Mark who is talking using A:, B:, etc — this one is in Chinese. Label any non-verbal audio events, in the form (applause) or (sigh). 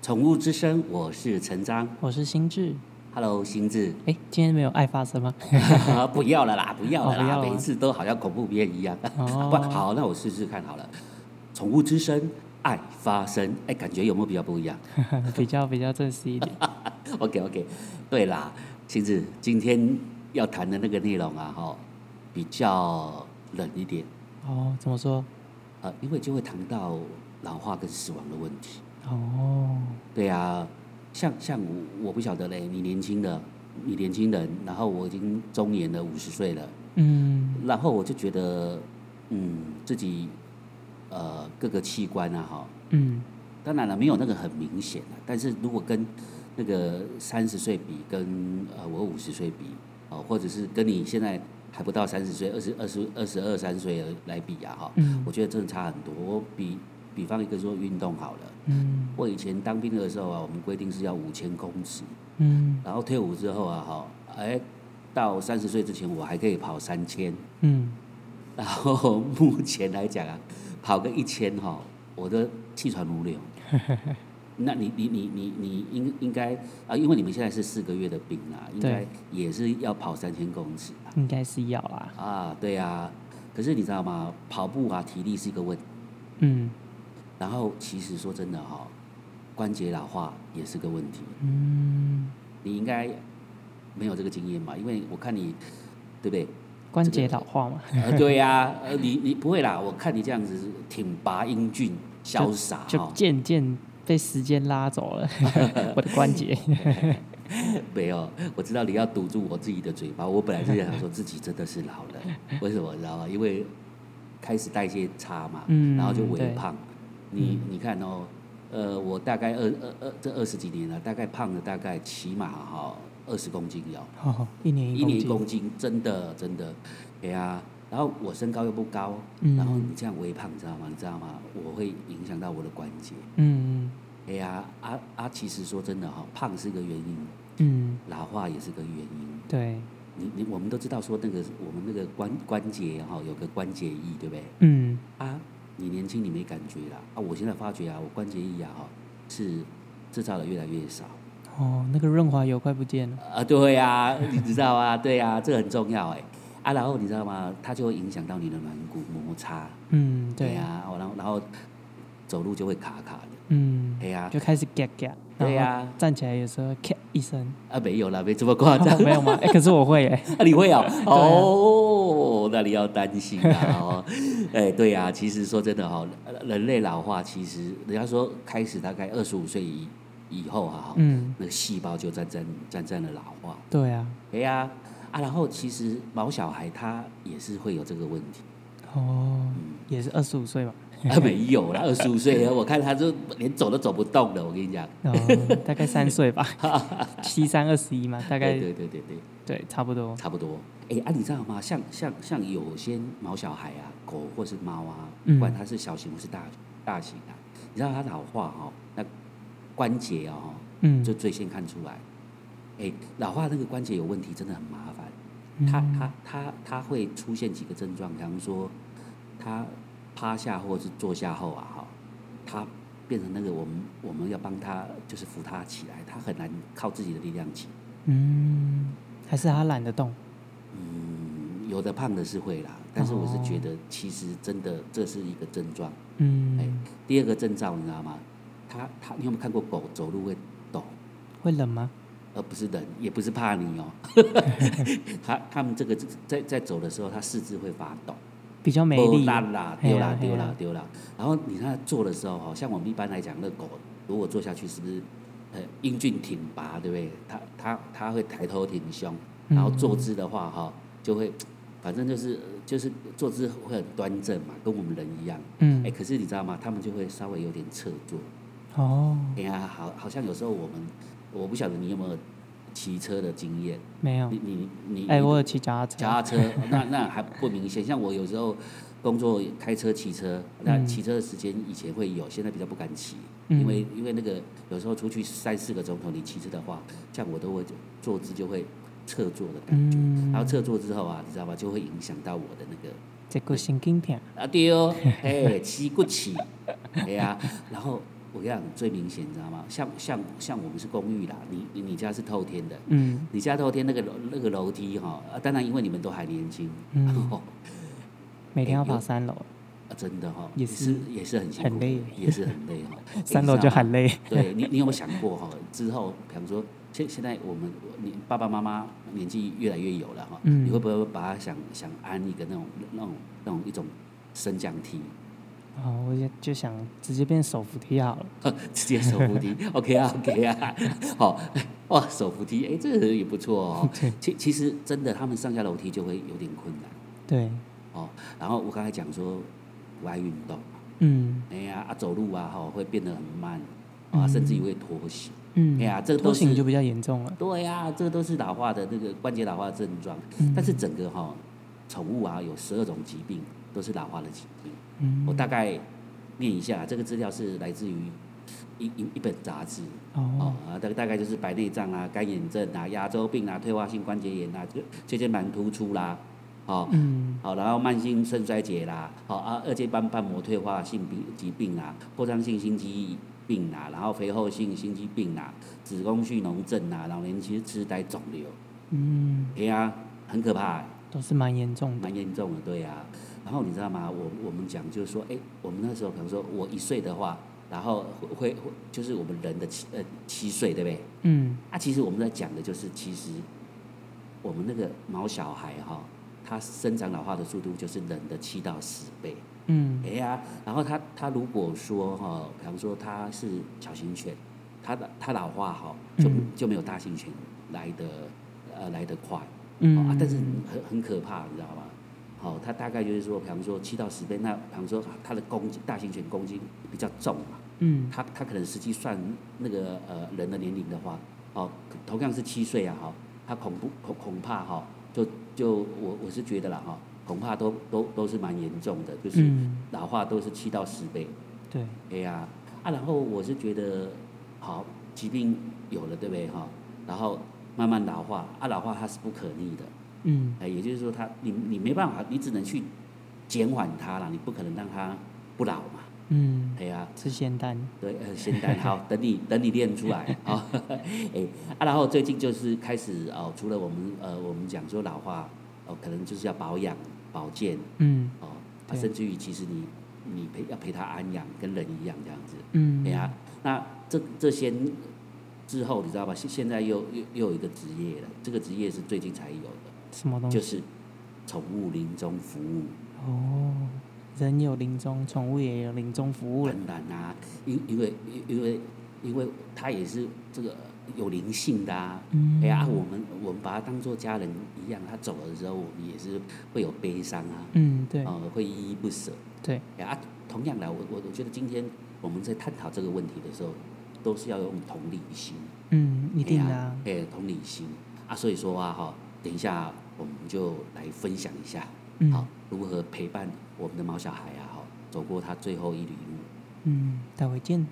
A: 宠物之声，我是陈章。
B: 我是心智。
A: Hello，星
B: (laughs)
A: 志，
B: 哎，今天没有爱发生吗？ (laughs)
A: 不要了啦，不要了
B: 哦不
A: 啦，
B: 要了吗
A: 每一次都好像恐怖片一样。
B: 哦
A: (laughs) 不，好，那我试试看好了。宠物之声，爱发声，哎，感觉有没有比较不一样 (laughs)
B: 比较比较正式一点。
A: ？OK OK，对啦，星志，今天要谈的那个内容啊，哈、比较冷一点，
B: 哦，怎么说？
A: 呃，因为就会谈到老化跟死亡的问题。
B: 哦，
A: 对啊，像像我我不晓得嘞，你年轻的，你年轻人，然后我已经中年了，五十岁了，
B: 嗯，
A: 然后我就觉得，嗯，自己呃各个器官啊哈，
B: 嗯，
A: 当然了，没有那个很明显啊，但是如果跟那个三十岁比，跟呃我五十岁比，哦、或者是跟你现在还不到三十岁，二十二十二十二三岁而来比啊哈，
B: 嗯
A: 我觉得真的差很多。我比比方一个说运动好了。
B: 嗯，
A: 我以前当兵的时候啊，我们规定是要五千公尺，
B: 嗯，
A: 然后退伍之后啊，哈，哎，到三十岁之前我还可以跑三千， (laughs)
B: 嗯，
A: 然后目前来讲啊，跑个一千哈，我的气喘如牛。 (laughs) 那你你你你你应应该啊，因为你们现在是四个月的兵啊，应该
B: 对
A: 也是要跑三千公尺啊。
B: 应该是要啦。
A: 啊，对啊，可是你知道吗？跑步啊，体力是一个问题，
B: 嗯
A: 然后其实说真的哈、关节老化也是个问题。
B: 嗯，
A: 你应该没有这个经验吧？因为我看你，对不
B: (laughs)
A: 对？
B: 关节老化嘛，
A: 呃、对呀、呃，你你不会啦，我看你这样子挺拔英俊潇洒
B: 就
A: 哈，
B: 渐渐被时间拉走 (laughs) 了我的关节。
A: 没有，我知道你要堵住我自己的嘴巴。我本来是想说自己真的是老了，
B: (laughs)
A: 为什么你知道吗？因为开始代谢差嘛，
B: 嗯
A: 然后就微
B: 对嗯
A: 胖。你你看哦，呃，我大概二二二这二十几年了，大概胖了大概起码哈二十公斤有。
B: 哦，一年
A: 一年一
B: 一公斤。
A: 公斤，真的真的，哎呀、然后我身高又不高，
B: 嗯
A: 然后你这样微胖，你知道吗？你知道吗？我会影响到我的关节。
B: 嗯
A: 哎呀、啊，啊其实说真的哈、胖是一个原因，
B: 嗯，
A: 老化也是个原因。
B: 对，
A: 你你我们都知道说那个我们那个关关节哈、有个关节液，对不对？
B: 嗯
A: 啊，你年轻你没感觉啦，啊，我现在发觉啊，我关节液啊哈、是制造的越来越少。
B: 哦，那个润滑油快不见了。
A: 啊，对呀、你知道啊， (laughs) 对呀、这很重要哎。啊，然后你知道吗？它就会影响到你的软骨摩擦，
B: 嗯，对
A: 对呀、，啊，哦然后然后走路就会卡卡的，
B: 嗯，
A: 哎呀、
B: 就开始嘎嘎。
A: 对呀、
B: 然后站起来有时候咔
A: (laughs)
B: 一声。
A: 啊，没有啦，没这么夸张，
B: 哦 (laughs) 没有吗？哎、可是我会哎、
A: (laughs) 啊、你会
B: (laughs)
A: 哦，
B: 啊
A: 哦，那你要担心啊， (laughs) 哦，哎，对呀、其实说真的哈、哦，人类老化其实人家说开始大概二十五岁以以后啊，
B: 嗯，
A: 那个细胞就在在在在的老化，
B: 对啊，
A: 哎呀、啊，然后其实毛小孩他也是会有这个问题，
B: 哦，也是二十五岁吧， (laughs)
A: 啊，没有啦，二十五岁了，我看他就连走都走不动了，我跟你讲，
B: 哦，大概三
A: (laughs)
B: 岁吧，七三二十一嘛，大概
A: 对对对对对，
B: 对，差不多。
A: 差不多。哎、啊，你知道吗？像像像有些毛小孩啊，狗或是猫啊，不
B: 嗯
A: 管它是小型或是大大型啊，你知道它老化哦，那关节哦，
B: 嗯，
A: 就最先看出来。哎、老化那个关节有问题，真的很麻烦。他他他他会出现几个症状，比方说他趴下或者是坐下后啊，哈，他变成那个我们我们要帮他就是扶他起来，他很难靠自己的力量起。
B: 嗯，还是他懒得动。
A: 嗯，有的胖的是会啦，但是我是觉得其实真的这是一个症状。哎、
B: 嗯，
A: 第二个征兆你知道吗？他他你有没有看过狗走路会抖？
B: 会冷吗？
A: 而不是人，也不是怕你
B: (laughs)
A: 哦。他他们这个在在走的时候，他四肢会发抖。
B: 比较没
A: 没
B: 力。
A: 啦哦啦，
B: 嘿
A: 丢
B: 啊
A: 啦
B: 嘿
A: 丢
B: 啊
A: 啦丢啦。然后你看它坐的时候，好像我们一般来讲，那狗如果坐下去，是不是呃英俊挺拔，对不对？它它它会抬头挺胸，
B: 嗯
A: 然后坐姿的话哈、就会反正就是就是坐姿会很端正嘛，跟我们人一样。哎，
B: 嗯，
A: 可是你知道吗？他们就会稍微有点侧坐。
B: 哦，
A: 哎呀，好，好像有时候我们，我不晓得你有没有骑车的经验？
B: 没有
A: 你。你你，
B: 哎、我有骑脚踏车。
A: 脚踏车，那那还不明显。像我有时候工作开车、骑车，那
B: 嗯
A: 骑车的时间以前会有，现在比较不敢骑，
B: 嗯
A: 因为因为那个有时候出去三四个钟头，你骑车的话，像我都会坐姿就会侧坐的感觉，
B: 嗯
A: 然，后侧坐之后啊，你知道吧，就会影响到我的那个
B: 这个神经病。
A: 啊对哦，嘿，起骨起，哎呀、然后我跟你讲最明显，你知道吗？像像像我们是公寓啦，你你你家是透天的，
B: 嗯
A: 你家透天那个楼那个楼梯哈、啊当然因为你们都还年轻， (laughs)
B: 嗯
A: 哦
B: 每天要
A: 哎有
B: 爬三楼，
A: 啊真的哈、
B: 也
A: 也
B: 是
A: 是也是很辛苦，
B: 很累
A: 也是很累哈、哎
B: (laughs) 三楼就。
A: 你知道吗
B: 很累。
A: 对你，你有没有想过哈、之后，比方说，现现在我们你爸爸妈妈年纪越来越有了哈、
B: 嗯
A: 你会不会把他想想安一个那种那种那种一种升降梯，
B: 哦，我就就想直接变手扶梯好了。
A: 哦直接手扶梯？OK 啊，OK 啊， (laughs) 好、哇，手扶梯，哎、这个也不错哦。其其实真的，他们上下楼梯就会有点困难
B: 对，
A: 哦。然后我刚才讲说不爱运动，
B: 嗯
A: 哎呀啊走路啊哈、会变得很慢啊，甚至于会脱鞋。
B: 嗯，
A: 哎呀这个
B: 拖
A: 都
B: 行
A: 是
B: 就比较严重了。
A: 对呀、这都是老化的那个关节老化的症状。但是整个哈、宠物啊有十二种疾病都是老化的疾病。
B: 嗯
A: 我大概念一下，这个资料是来自于一一一本杂志哦
B: 哦，，
A: 啊大大概就是白内障啊、干眼症啊、牙周病啊、退化性关节炎啊、椎椎间盘突出啦、哦，
B: 嗯
A: 好，然后慢性肾衰竭啦，好啊，二尖瓣瓣膜退化性病疾病啊，扩张性心肌病啊，然后肥厚性心肌病啊，子宫蓄脓症啊，老年期痴呆肿瘤，
B: 嗯，
A: 哎呀、很可怕、欸
B: 都是蛮严重的。
A: 蛮严重的，对呀、然后你知道吗？我我们讲就是说，哎，我们那时候比方说我一岁的话，然后会会就是我们人的七呃七岁，对不对？
B: 嗯
A: 啊，其实我们在讲的就是，其实我们那个毛小孩哈、它生长老化的速度就是人的七到十倍。
B: 嗯
A: 哎呀，然后它它如果说哈、比方说它是小型犬，它的它老化哈、就
B: 嗯
A: 就没有大型犬来的呃来得快。哦啊
B: 嗯，，
A: 但是很很可怕，你知道吗？好、它大概就是说，比方说七到十倍，那比方说啊它的公斤大型犬公斤比较重嘛，
B: 嗯
A: 它它可能实际算那个呃人的年龄的话，哦，同样是七岁啊，哈、它恐怖恐恐怕哈、就就我我是觉得啦哈、恐怕都都都是蛮严重的，就是
B: 嗯，
A: 老化都是七到十倍，
B: 对，
A: 哎呀啊，然后我是觉得，好疾病有了对不对哈、然后慢慢老化啊，老化它是不可逆的。
B: 嗯
A: 哎，也就是说它，你你没办法，你只能去减缓它啦，你不可能让它不老嘛。
B: 嗯，
A: 哎呀、
B: 吃仙丹。
A: 对，呃，先丹好，
B: (laughs)
A: 等你等你练出来好，哎啊，然后最近就是开始哦，除了我们呃我们讲说老化哦，可能就是要保养保健
B: 嗯
A: 哦，啊，
B: 对
A: 甚至于其实你你陪要陪它安养，跟人一样这样子。
B: 嗯，
A: 哎呀、那这这些之后你知道吧？现现在又又又有一个职业了，这个职业是最近才有的。
B: 什么东西？
A: 就是宠物临终服务。
B: 哦，人有临终，宠物也有临终服务了。
A: 当然啊，因因为因因为因为它也是这个有灵性的啊。
B: 嗯
A: 哎呀，啊我们我们把它当做家人一样，它走了的时候，我们也是会有悲伤啊，
B: 嗯，对
A: 呃，会依依不舍。
B: 对，
A: 哎呀啊，同样的，我我我觉得今天我们在探讨这个问题的时候，都是要用同理心。
B: 嗯，一定
A: 哎
B: 的
A: 呀
B: 啊。
A: 哎、同理心啊，所以说啊哈，等一下我们就来分享一下，
B: 嗯
A: 好如何陪伴我们的毛小孩啊哈，走过他最后一里路。
B: 嗯，待会见。